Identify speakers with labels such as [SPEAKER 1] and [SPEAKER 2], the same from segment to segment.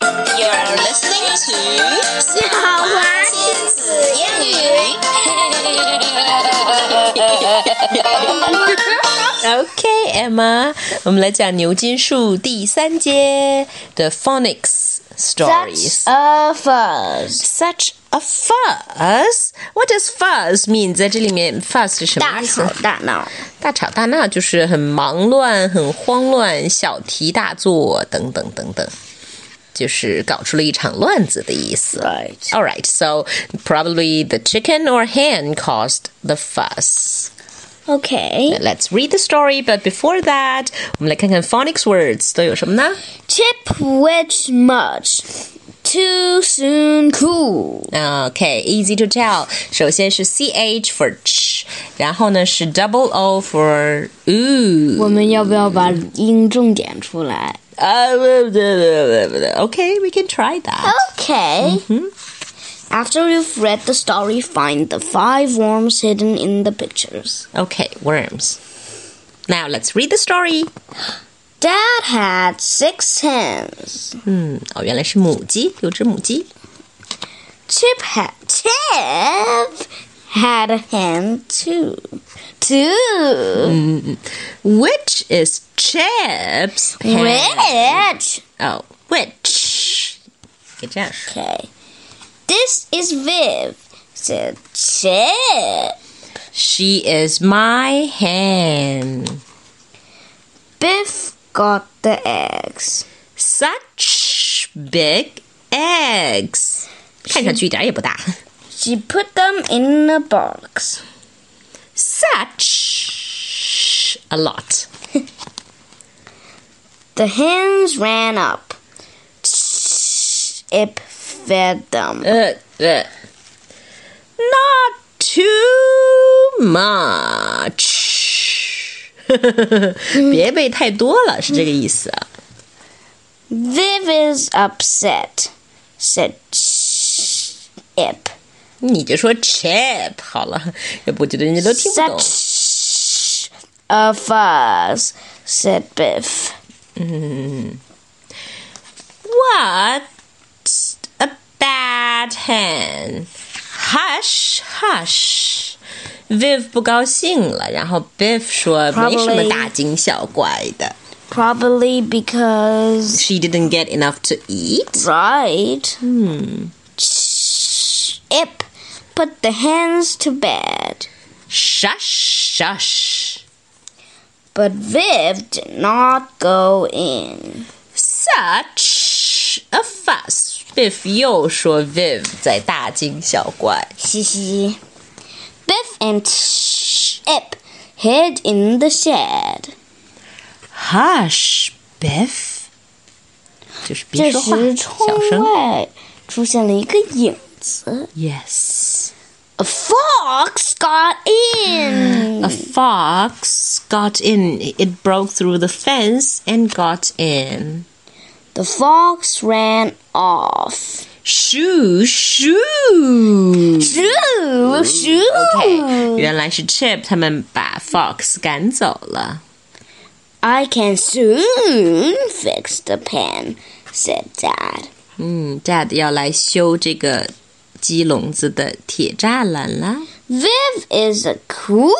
[SPEAKER 1] are listening to
[SPEAKER 2] 小华亲子英语。
[SPEAKER 1] OK Emma，我们来讲牛津树第三节 The Phonics Stories。
[SPEAKER 2] a fuzz，
[SPEAKER 1] Such a fuss. What does fuss mean？在这里面，fuss 是什么
[SPEAKER 2] 大
[SPEAKER 1] 意思
[SPEAKER 2] 吵？大闹。
[SPEAKER 1] 大吵大闹就是很忙乱、很慌乱、小题大做等等等等，就是搞出了一场乱子的意思。
[SPEAKER 2] Right.
[SPEAKER 1] All right. So probably the chicken or hen caused the fuss.
[SPEAKER 2] Okay.
[SPEAKER 1] Let's read the story. But before that，我们来看看 phonics words 都有什么呢
[SPEAKER 2] Chip which much too soon cool.
[SPEAKER 1] ？Okay, easy to tell. 首先是 ch for ch，然后呢是 double o for oo。
[SPEAKER 2] 我们要不要把音重点出来
[SPEAKER 1] Uh, okay, we can try that.
[SPEAKER 2] ？Okay. Mm-hmm. After you've read the story, find the five worms hidden in the pictures.
[SPEAKER 1] Okay, worms. Now let's read the story.
[SPEAKER 2] Dad had six hens.
[SPEAKER 1] 嗯，哦，Hmm, oh, 原来是母鸡，有只母鸡。
[SPEAKER 2] Chip had Chip had a hen too. Two.
[SPEAKER 1] 嗯嗯，which is Chip's
[SPEAKER 2] Mm,
[SPEAKER 1] hen.
[SPEAKER 2] Which?
[SPEAKER 1] 哦，which 可以这样说。
[SPEAKER 2] Okay. This is Viv. Said Chip.
[SPEAKER 1] She is my hen.
[SPEAKER 2] Biff got the eggs.
[SPEAKER 1] Such big eggs. 看上去一点也不大。
[SPEAKER 2] She put them in a box.
[SPEAKER 1] Such a lot.
[SPEAKER 2] The hens ran up. Chip fed them.
[SPEAKER 1] Uh, uh, not too much. 别喂太多了，是这个意思啊。
[SPEAKER 2] Viv is upset. Said Chip.
[SPEAKER 1] 你就说 chip 好了，要不我觉得人家都听不懂。
[SPEAKER 2] Such a fuss, said Biff.
[SPEAKER 1] What a bad hen! Hush, hush. Viv 不高兴了，然后 Biff 说没什么
[SPEAKER 2] Probably-
[SPEAKER 1] 大惊小怪的。
[SPEAKER 2] Probably because.
[SPEAKER 1] She didn't get enough to eat.
[SPEAKER 2] Right. Hmm. Chip put the hens to bed.
[SPEAKER 1] Shush, shush.
[SPEAKER 2] But Viv did not go in.
[SPEAKER 1] Such a fuss. Biff 又说 Viv 在大惊小怪。
[SPEAKER 2] Hee Biff and Chip hid in the shed.
[SPEAKER 1] Hush, Biff. 就是别
[SPEAKER 2] 这
[SPEAKER 1] 说话，
[SPEAKER 2] 时，
[SPEAKER 1] 小
[SPEAKER 2] 窗
[SPEAKER 1] 声。
[SPEAKER 2] 外出现了一个影子。
[SPEAKER 1] Yes.
[SPEAKER 2] A fox got in.
[SPEAKER 1] A fox got in. It broke through the fence and got in.
[SPEAKER 2] The fox ran off.
[SPEAKER 1] Shoo, shoo.
[SPEAKER 2] Shoo, shoo.
[SPEAKER 1] Okay，原来是 Chip 他们把 Fox 赶走了。
[SPEAKER 2] I can soon fix the pen, said Dad.
[SPEAKER 1] 嗯，Dad 要来修这个鸡笼子的铁栅栏啦。
[SPEAKER 2] Viv is a cool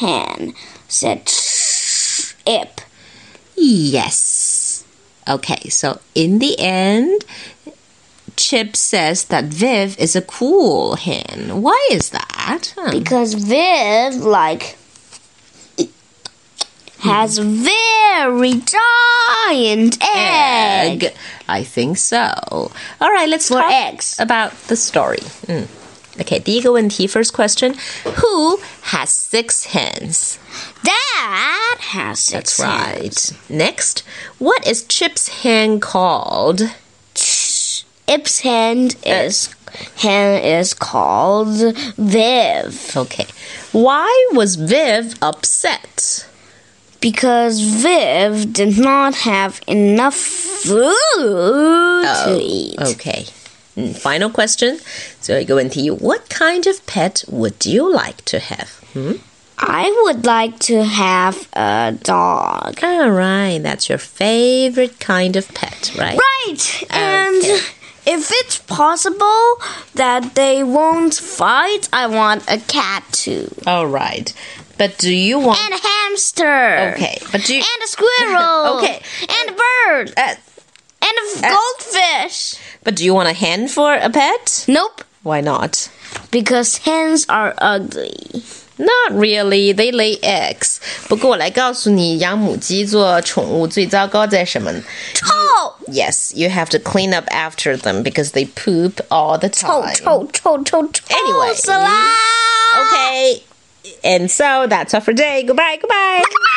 [SPEAKER 2] hen, said Chip.
[SPEAKER 1] Yes. Okay, so in the end, Chip says that Viv is a cool hen. Why is that? Hmm.
[SPEAKER 2] Because Viv, like, has a very giant egg.
[SPEAKER 1] I think so. All right, let's
[SPEAKER 2] For
[SPEAKER 1] talk
[SPEAKER 2] eggs.
[SPEAKER 1] about the story. 嗯 Okay, 第一个问题，first question: Who has six hens?
[SPEAKER 2] Dad has
[SPEAKER 1] That's
[SPEAKER 2] six
[SPEAKER 1] right. Next, what is Chip's hen called?
[SPEAKER 2] Chip's hen is, hen is called Viv.
[SPEAKER 1] Okay, why was Viv upset?
[SPEAKER 2] Because Viv did not have enough food
[SPEAKER 1] Oh,
[SPEAKER 2] to eat.
[SPEAKER 1] Okay. Mm, Final question. 最后一个问题，What kind of pet would you like to have? Hmm?
[SPEAKER 2] I would like to have a dog.
[SPEAKER 1] All right, that's your favorite kind of pet, right?
[SPEAKER 2] Right. And
[SPEAKER 1] Okay.
[SPEAKER 2] if it's possible that they won't fight, I want a cat too.
[SPEAKER 1] All right. But do you want
[SPEAKER 2] And a hamster.
[SPEAKER 1] Okay, but do you
[SPEAKER 2] And a squirrel.
[SPEAKER 1] Okay.
[SPEAKER 2] And a bird.
[SPEAKER 1] uh,
[SPEAKER 2] And a goldfish.
[SPEAKER 1] but do you want a hen for a pet?
[SPEAKER 2] Nope.
[SPEAKER 1] Why not?
[SPEAKER 2] Because hens are ugly.
[SPEAKER 1] Not really, they lay eggs. 不过我来告诉你，养母鸡做宠物最糟糕在什么 Oh.
[SPEAKER 2] Toe!
[SPEAKER 1] ？Yes, you have to clean up after them because they poop all the
[SPEAKER 2] Toe,
[SPEAKER 1] time.
[SPEAKER 2] toe, toe, toe, toe.
[SPEAKER 1] Anyway.
[SPEAKER 2] Salad.
[SPEAKER 1] Okay, and so that's all for today. Goodbye, goodbye.
[SPEAKER 2] Goodbye.